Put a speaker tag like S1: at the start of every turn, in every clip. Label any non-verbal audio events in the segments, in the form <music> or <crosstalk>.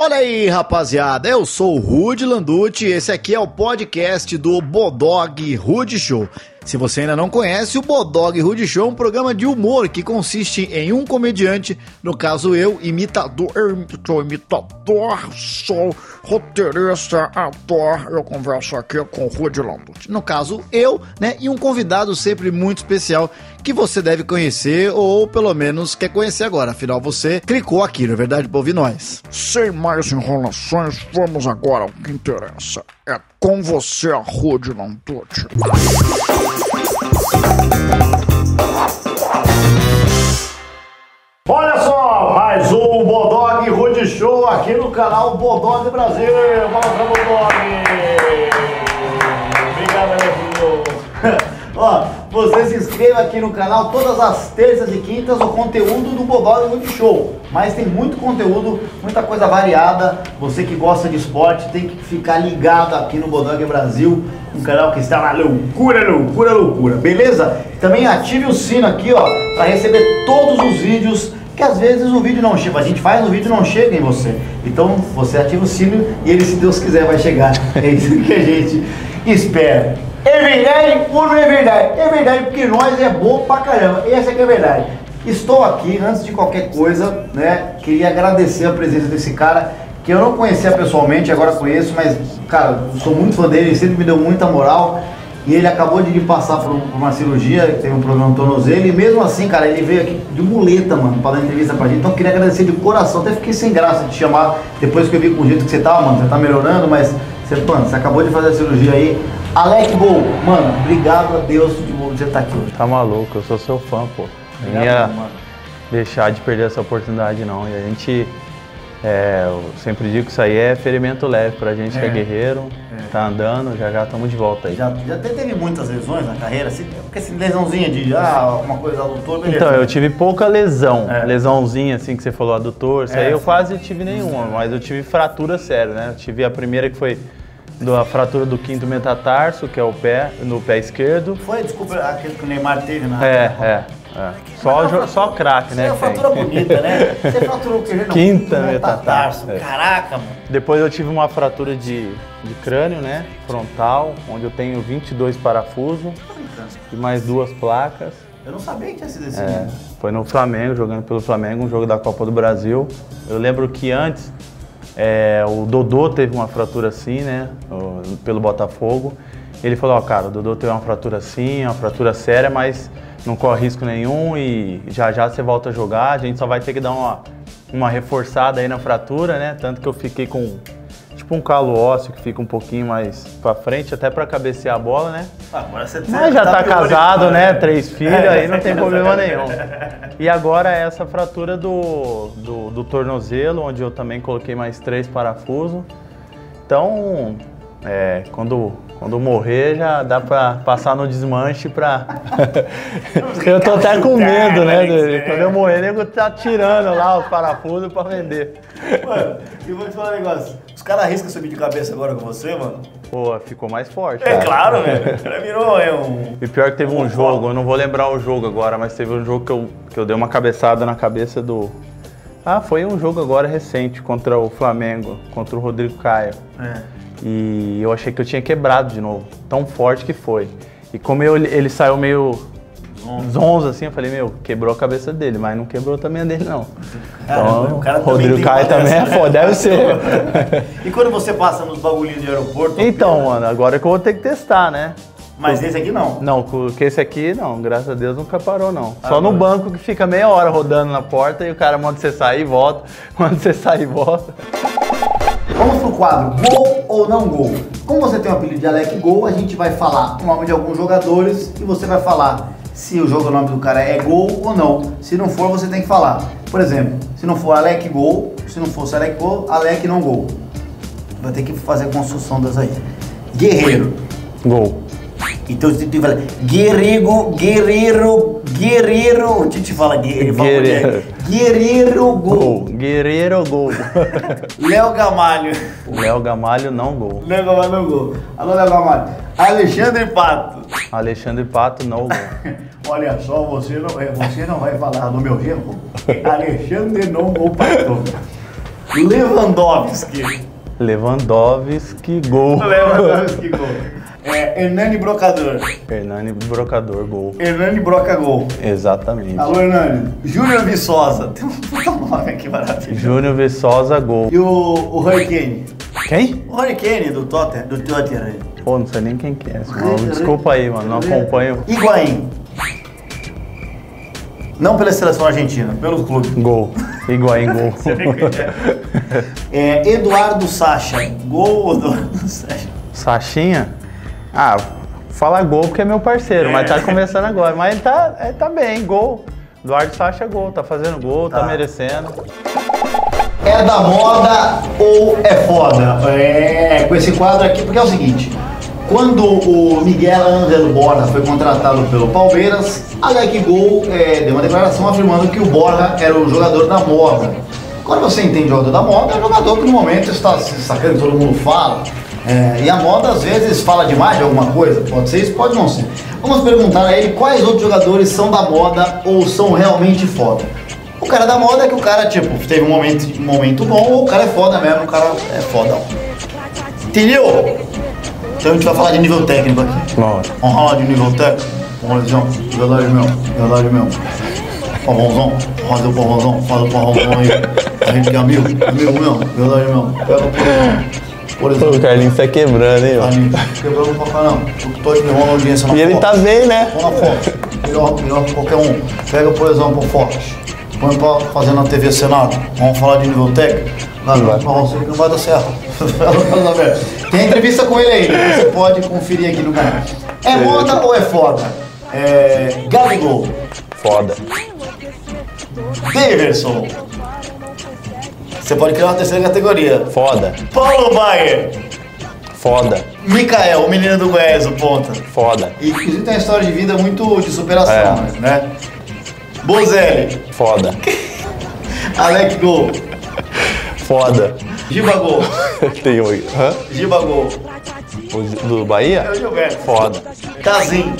S1: Olha aí, rapaziada, eu sou o Rude Landucci e esse aqui é o podcast do Bodog Rude Show. Se você ainda não conhece, o Bodog Rude Show é um programa de humor que consiste em um comediante, no caso eu, imitador, eu sou imitador, sou roteirista, ator, eu converso aqui com o Rude Landucci. No caso, eu, né, e um convidado sempre muito especial que você deve conhecer ou pelo menos quer conhecer agora, afinal você clicou aqui, não é verdade, pra ouvir nós.
S2: Sem mais enrolações, vamos agora ao que interessa. É com você, Rude Landucci.
S1: Olha só, mais um Bodog Rude Show aqui no canal Bodog Brasil. Vamos pra Bodog! Obrigado, Alexandre. <laughs> Ó, você se inscreva aqui no canal todas as terças e quintas o conteúdo do Bodog Rude Show. Mas tem muito conteúdo, muita coisa variada. Você que gosta de esporte tem que ficar ligado aqui no Bodog Brasil, um canal que está na loucura, loucura, loucura, beleza? Também ative o sino aqui, ó, para receber todos os vídeos que às vezes o vídeo não chega, a gente faz o vídeo não chega em você. Então você ativa o sino e ele, se Deus quiser, vai chegar. <laughs> É isso que a gente espera. É verdade ou não é verdade? É verdade porque nós é bom pra caramba. Essa que é a verdade. Estou aqui, antes de qualquer coisa, né? Queria agradecer a presença desse cara que eu não conhecia pessoalmente, agora conheço, mas, cara, sou muito fã dele, ele sempre me deu muita moral. E ele acabou de passar por um- por uma cirurgia, teve um problema no tornozelo, e mesmo assim, cara, ele veio aqui de muleta, mano, pra dar entrevista pra gente. Então eu queria agradecer de coração, até fiquei sem graça de te chamar depois que eu vi com o jeito que você tava, mano. Você tá melhorando, mas você, mano, você acabou de fazer a cirurgia aí. Alec Bol, mano, obrigado a Deus de você estar aqui hoje.
S3: Tá maluco, eu sou seu fã, pô. Não ia deixar de perder essa oportunidade, não. E a gente, é, eu sempre digo que isso aí é ferimento leve pra gente que é guerreiro, tá andando, já já estamos de volta aí.
S1: Já, já até teve muitas lesões na carreira, se- porque assim, lesãozinha de ah, alguma coisa doutor, beleza.
S3: Então, eu tive pouca lesão,
S1: É.
S3: lesãozinha assim que você falou, adutor, isso
S1: É,
S3: aí eu
S1: sim.
S3: quase tive nenhuma, mas eu tive fratura séria, né? Eu tive a primeira que foi do- a fratura do quinto metatarso, que é o pé, no pé esquerdo.
S1: Foi, desculpa, aquele que o Neymar teve na.
S3: É, é, é. Só, jo- só craque,
S1: Isso é
S3: né?
S1: uma
S3: que tem.
S1: fratura bonita, né?
S3: <laughs>
S1: Você fraturou o que? Não,
S3: Quinta
S1: metatarso.
S3: metatarso, é.
S1: Caraca, mano.
S3: Depois eu tive uma fratura de, de crânio, né? Frontal, onde eu tenho 22 parafusos e mais duas placas.
S1: Eu não sabia que tinha sido esse
S3: É,
S1: vídeo.
S3: foi no Flamengo, jogando pelo Flamengo, um jogo da Copa do Brasil. Eu lembro que antes é, o Dodô teve uma fratura assim, né? o- Pelo Botafogo. Ele falou, ó, cara, o Dodô teve uma fratura assim, uma fratura séria, mas não corre risco nenhum e já já você volta a jogar, a gente só vai ter que dar uma, uma reforçada aí na fratura, né? Tanto que eu fiquei com tipo um calo ósseo que fica um pouquinho mais pra frente, até pra cabecear a bola, né?
S1: Ah, Agora você
S3: Mas já tá,
S1: priori-
S3: casado, né? Três filhos,
S1: É, <laughs>
S3: aí não tem
S1: essa-
S3: problema nenhum. E agora é essa fratura do, do, do tornozelo, onde eu também coloquei mais três parafusos. Então, é, quando, quando eu morrer, já dá pra passar no
S1: <laughs>
S3: desmanche pra. eu tô até com medo, né? de- Quando eu morrer, o nego tá tirando lá os parafusos pra vender.
S1: Mano, e vou te falar um negócio. Os caras arriscam subir de cabeça agora com você, mano?
S3: Pô, ficou mais forte.
S1: É
S3: cara.
S1: claro, velho. O cara virou é um...
S3: E pior que teve um jogo, eu não vou lembrar o jogo agora, mas teve um jogo que eu, que eu dei uma cabeçada na cabeça do. Ah, foi um jogo agora recente contra o Flamengo, contra o Rodrigo Caio.
S1: É.
S3: E eu achei que eu tinha quebrado de novo, tão forte que foi. E como eu- ele saiu meio zonzo assim, eu falei, meu, quebrou a cabeça dele, mas não quebrou também a dele não.
S1: Caramba,
S3: então,
S1: o cara também
S3: Rodrigo
S1: tem
S3: Caio
S1: uma
S3: também é
S1: <laughs> dessa, né?
S3: foda, deve ser.
S1: E quando você passa nos bagulhinhos de aeroporto...
S3: então, mano, agora que eu vou ter que testar, né?
S1: Mas esse aqui não.
S3: Não, porque esse aqui não, graças a Deus nunca parou não. Só no banco que fica meia hora rodando na porta e o cara manda você sair e volta, <laughs> manda você sair e volta.
S1: Vamos pro quadro Gol ou não gol. Como você tem o apelido de Alec Gol, a gente vai falar o nome de alguns jogadores e você vai falar se o jogo o nome do cara é gol ou não. Se não for, você tem que falar. Por exemplo, se não for Alec Gol, se não fosse Alec Gol, Alec não gol. Vai ter que fazer a construção das aí. Guerreiro.
S3: Gol.
S1: Então o Titi fala guerreiro, guerreiro, guerreiro. O Titi fala guerreiro.
S3: Guerreiro.
S1: Guerreiro gol.
S3: Gol. Guerreiro gol. <laughs>
S1: Léo Gamalho.
S3: Léo Gamalho não gol.
S1: Léo Gamalho não gol. Alô, Léo Gamalho. Alexandre Pato. <laughs>
S3: Alexandre Pato não gol.
S1: Olha só, você não, eh, você não vai falar do meu erro. Alexandre não gol Pato. Lewandowski.
S3: Lewandowski, gol.
S1: Lewandowski, gol. É, Hernani Brocador.
S3: Hernani Brocador, gol.
S1: Hernani Broca, gol.
S3: Exatamente.
S1: Alô, Hernani. Júnior Viçosa. <laughs> Tem um puta nome aqui maravilhoso.
S3: Júnior Viçosa, gol.
S1: E o, o Hurricane?
S3: Quem?
S1: O Hurricane do Tottenham. Do Tottenham.
S3: Pô, não sei nem quem que é esse maluco. Desculpa aí, mano. Não acompanho.
S1: Higuaín. Não pela seleção argentina, pelo clube.
S3: Gol. Higuaín, gol.
S1: É, Eduardo Sacha. Gol, Eduardo Sacha.
S3: Sachinha? Ah, fala gol porque é meu parceiro, mas tá começando agora. Mas ele tá, ele tá bem, gol. Eduardo Sacha, gol. Tá fazendo gol, tá,
S1: Tá.
S3: merecendo.
S1: É da moda ou é foda? É, com esse quadro aqui, porque é o seguinte. Quando o Miguel Angel Borja foi contratado pelo Palmeiras, a Like Gol é, deu uma declaração afirmando que o Borja era o jogador da moda. Quando você entende jogador da moda, é o jogador que no momento está se sacando, todo mundo fala. É, e a moda às vezes fala demais de alguma coisa, pode ser isso, pode não ser. Vamos perguntar a ele quais outros jogadores são da moda ou são realmente foda. O cara da moda é que o cara, tipo, teve um momento, um momento bom, ou o cara é foda mesmo, o cara é foda. Entendeu? Então a gente vai falar de nível técnico aqui.
S3: Nossa.
S1: Vamos falar de nível técnico? Porrãozão, verdade mesmo, verdade mesmo. Porrãozão, faz o porrãozão, faz o porrãozão aí. A gente que é amigo, amigo mesmo, verdade mesmo. Pega o porrãozão. Por
S3: O
S1: exemplo,
S3: Carlinhos tá quebrando, hein? ó.
S1: ali, quebrando pra caramba. O Todd levou uma audiência na
S3: E ele
S1: porta.
S3: tá bem, né?
S1: Põe na foto. Melhor, melhor que qualquer um. Pega, por exemplo, o Fox. Põe pra fazer na TV Senado. Vamos falar de nível técnico. Vai, vai. Pra você que não vai dar certo. <laughs> Tem entrevista com ele aí. que Você pode conferir aqui no canal. É moda ou é foda? É... Gabigol.
S3: Foda.
S1: Daverson. Você pode criar uma terceira categoria.
S3: Foda.
S1: Paulo Baier.
S3: Foda.
S1: Mikael, o menino do Goiás, o ponta.
S3: Foda.
S1: E, inclusive tem uma história de vida muito de superação,
S3: É.
S1: né? Bozelli,
S3: Foda.
S1: Alec Gol,
S3: Foda. <laughs>
S1: Giba Gol,
S3: Tem o. Hã?
S1: Giba Gol,
S3: O do Bahia?
S1: É o Gilberto.
S3: Foda.
S1: Tazin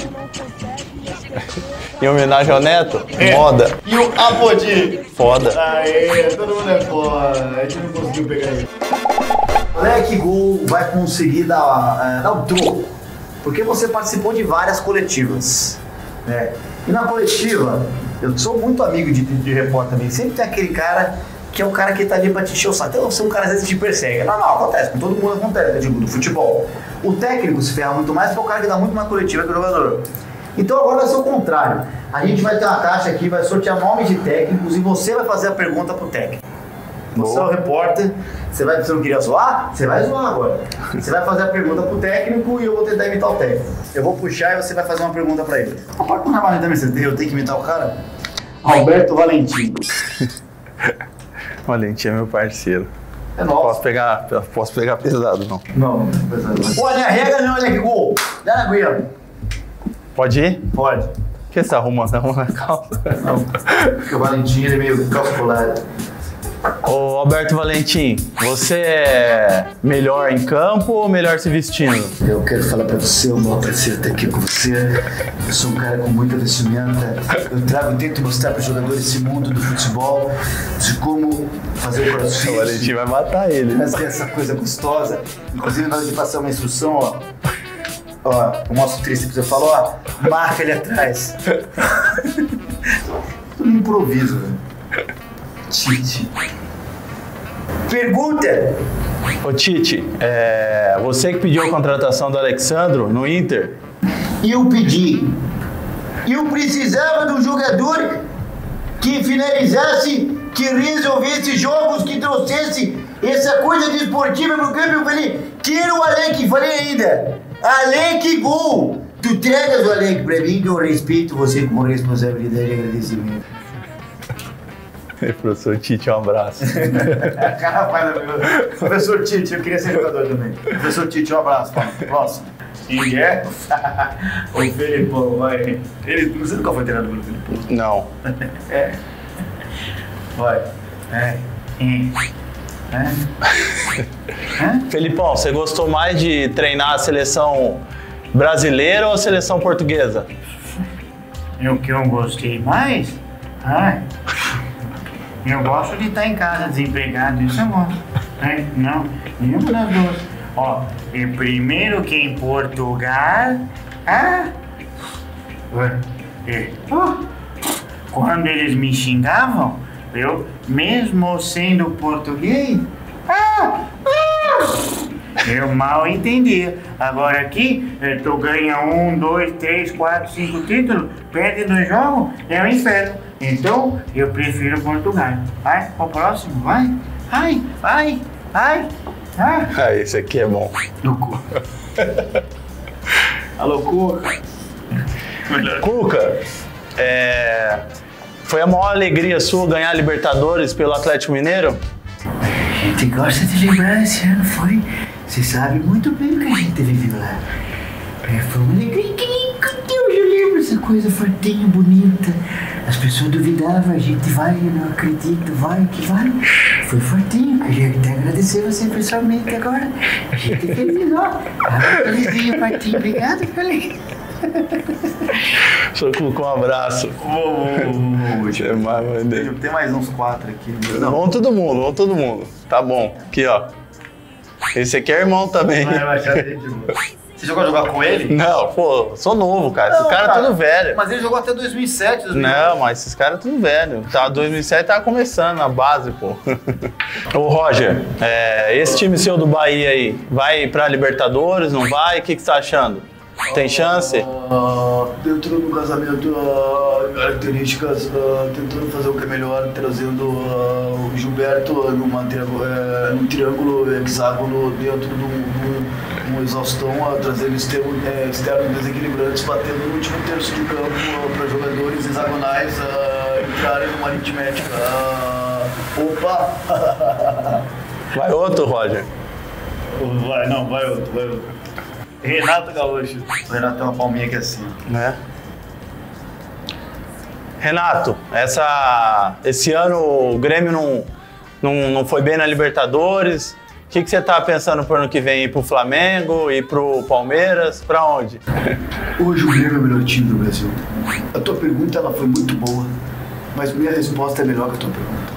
S3: Em homenagem ao Neto?
S1: É.
S3: Moda.
S1: e o Apodi.
S3: Foda.
S1: Aê, todo mundo é foda, a gente não conseguiu pegar ele. Alec Gol vai conseguir dar, é, dar um troco, porque você participou de várias coletivas, né? E na coletiva, eu sou muito amigo de, de repórter também, sempre tem aquele cara que é o cara que tá ali pra te encher o saco. Então, você é um cara às vezes te persegue. Não, não, acontece, com todo mundo acontece, eu digo, do futebol. O técnico se ferra muito mais porque é o cara que dá muito mais coletiva que o jogador. Então agora vai ser o contrário. A gente vai ter uma caixa aqui, vai sortear nomes de técnicos e você vai fazer a pergunta pro técnico. Você é o repórter, você, vai, você não queria zoar? Você vai zoar agora. Você vai fazer a pergunta pro técnico e eu vou tentar imitar o técnico. Eu vou puxar e você vai fazer uma pergunta pra ele. Ah, Pode mandar mais também, você tem- eu tenho que imitar o cara? Alberto Valentino.
S3: Valentim é meu parceiro.
S1: É nosso.
S3: Posso pegar, posso pegar pesado, não.
S1: Não, não precisa. Olha, rega não, olha que gol. Dá na guia.
S3: Pode ir?
S1: Pode.
S3: Por que você arruma a mão na calça?
S1: Não. Porque o Valentino ele é meio calculado.
S3: Ô, Alberto Valentim, você é melhor em campo ou melhor se vestindo?
S1: Eu quero falar pra você, o maior prazer estar aqui com você. Eu sou um cara com muita vestimenta. Eu trago, tento mostrar para os jogadores esse mundo do futebol, de como fazer o
S3: O
S1: crossfit,
S3: Valentim vai matar ele.
S1: fazer essa coisa gostosa. Inclusive, na hora de passar uma instrução, ó. Ó, eu mostro o tríceps, eu falo, ó, marca ele atrás. <laughs> Tudo improviso, velho. Tite. Pergunta!
S3: Ô, Tite, é, você que pediu a contratação do Alexandro no Inter,
S1: eu pedi. Eu precisava de um jogador que finalizasse, que resolvesse jogos, que trouxesse essa coisa desportiva pro campo. Eu falei, quero o Alec, falei ainda. Alec Gol! Tu entregas o Alec pra mim que eu respeito você com responsabilidade e <laughs> agradecimento.
S3: professor Tite, um abraço.
S1: Caramba, meu. Professor Tite, eu queria ser jogador também. Professor Tite, um abraço, Paulo. Próximo. E é? o Felipão, vai. Ele, você nunca foi treinado pelo Felipão. <laughs> É.
S3: não.
S1: Vai. É. Hum. É.
S3: Felipão, você gostou mais de treinar a seleção brasileira ou a seleção portuguesa?
S1: E o que eu gostei mais? Ai.
S4: Eu gosto de estar em casa desempregado, isso eu gosto. Né? Não, nenhuma das duas. Ó, e primeiro que em Portugal. Ah! é, é, ó, quando eles me xingavam, eu, mesmo sendo português, ah, ah, eu mal entendia. Agora aqui, eh, tu ganha um, dois, três, quatro, cinco títulos, perde dois jogos, é o inferno. Então, eu prefiro Portugal. Vai, pro próximo, vai. Ai, ai, ai, ai.
S5: Ah, esse aqui é bom.
S4: Loucura.
S1: Alô, Cuca.
S3: Cuca, é, foi a maior alegria sua ganhar a Libertadores pelo Atlético Mineiro?
S4: A gente gosta de lembrar esse ano, foi. Você sabe muito bem o que a gente viveu lá. É, foi uma alegria que nem que eu já lembro essa coisa fortinha, bonita. As pessoas duvidavam, a gente vai, eu não acredito, vai, que vai. Foi fortinho, queria até agradecer você pessoalmente agora. A gente feliz, ó. Ah, felizinho, Martim, obrigado, falei.
S5: Sou Cuca, um abraço. Você é mais maneiro.
S1: Tem mais uns quatro aqui.
S5: Vamos todo mundo, vamos todo mundo. Tá bom. Aqui, ó. Esse aqui é irmão também.
S1: Você jogou a jogar com ele?
S3: Não, pô, sou novo, cara. Esses
S1: Não,
S3: caras
S1: cara.
S3: tudo velho.
S1: Mas ele jogou até 2007, 2008.
S3: Não, mas esses caras tudo velho. Tá, 2007 tava começando na base, pô. <laughs> Ô, Roger, é, esse time seu do Bahia aí, vai pra Libertadores, não vai? O que, que você tá achando? Tem chance?
S6: Ah, dentro do casamento, ah, características, ah, tentando fazer o que é melhor, trazendo ah, o Gilberto ah, numa, triângulo- eh, num triângulo hexágono dentro de um, de um- um exaustão, ah, trazendo externo, eh, externos desequilibrantes, batendo no último terço de campo para jogadores hexagonais ah, entrarem numa aritmética. ah, opa!
S3: Vai outro, Roger.
S6: Vai, não, vai outro, vai outro. Renato Gaúcho.
S1: O Renato tem uma palminha que é assim.
S3: né? Renato, essa, esse ano o Grêmio não, não, não foi bem na Libertadores. O que, que você tá pensando pro ano que vem? Ir pro Flamengo, ir pro Palmeiras? Pra onde?
S6: Hoje o Grêmio é o melhor time do Brasil. A tua pergunta ela foi muito boa, mas minha resposta é melhor que a tua pergunta.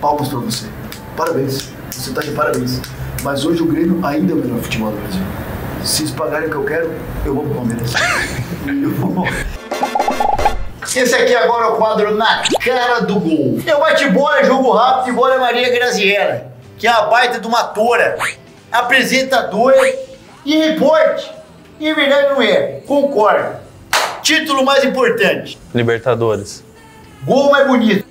S6: Palmas pra você. Parabéns. Você tá de parabéns. Mas hoje o Grêmio ainda é o melhor futebol do Brasil. Se eles pagarem o que eu quero, eu vou pro Palmeiras. <laughs> Eu vou.
S1: Esse aqui agora é o quadro Na Cara do Gol. Eu bate-bola, jogo rápido e bola é Maria Graziella, que é a baita de uma tora, apresentadora e repórter. E verdade não é, concordo. Título mais importante,
S3: Libertadores.
S1: gol mais bonito,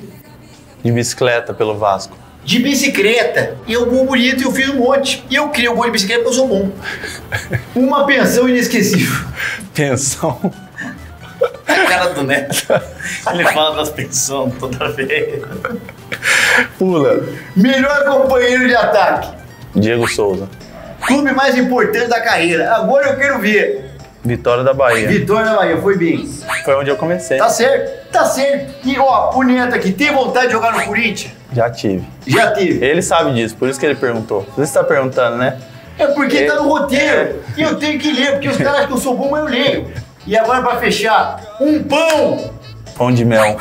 S3: De bicicleta pelo Vasco.
S1: de bicicleta. E o gol bonito eu fiz um monte. E eu criei o gol de bicicleta porque eu sou bom. Uma pensão inesquecível.
S3: Pensão.
S1: A cara do Neto. Ele fala das pensões toda vez.
S3: Pula.
S1: Melhor companheiro de ataque.
S3: Diego Souza.
S1: Clube mais importante da carreira. Agora eu quero ver.
S3: Vitória da Bahia.
S1: Vitória da Bahia, foi bem.
S3: Foi onde eu comecei.
S1: Tá certo, tá certo. E ó, o Neto aqui, tem vontade de jogar no Corinthians?
S3: Já tive.
S1: Já tive.
S3: Ele sabe disso, por isso que ele perguntou. Você está perguntando, né?
S1: É porque tá no roteiro. E eu tenho que ler, porque os caras acham que eu sou bom, mas eu leio. E agora pra fechar, um pão!
S3: Pão de mel.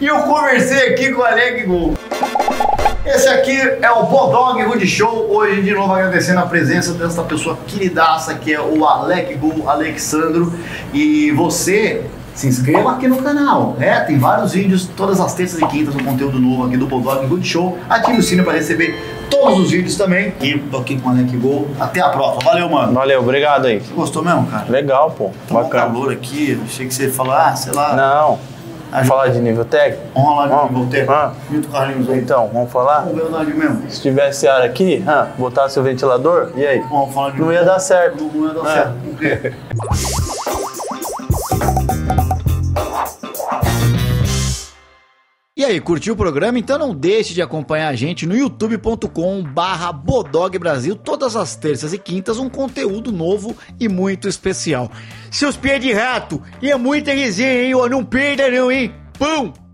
S1: E eu conversei aqui com o Alec Gol. Esse aqui é o Bodog Good Show. Hoje, de novo, agradecendo a presença dessa pessoa queridaça que é o Alec Gol Alexandro. E você se inscreva aqui no canal, né? Tem vários vídeos, todas as terças e quintas, um conteúdo novo aqui do Bodog Good Show. Ative o sino para receber todos os vídeos também. E tô aqui com o Alec Gol. Até a próxima. Valeu, mano.
S3: Valeu, obrigado aí.
S1: Gostou mesmo, cara?
S3: Legal, pô.
S1: Tá um
S3: Bacana.
S1: calor aqui. Achei que você ia falar, ah, sei lá,
S3: Não.
S1: Ah,
S3: Vamos falar de nível técnico?
S1: honra lá de
S3: Ah,
S1: Voltaire.
S3: ah.
S1: Junto com o Carlinhos aí.
S3: Então, vamos falar?
S1: Vamos ver o Naldo É mesmo.
S3: Se tivesse ar aqui, ah, botasse o ventilador, e aí?
S1: Vamos falar de
S3: Não ia dar certo.
S1: Não ia dar
S3: Ah.
S1: certo. Por quê?
S7: E aí, curtiu o programa? Então não deixe de acompanhar a gente no youtube.com barra Bodog Brasil todas as terças e quintas um conteúdo novo e muito especial. Seus pés de rato, e é muita resenha, hein? Ó, Não perda não, hein? Pão!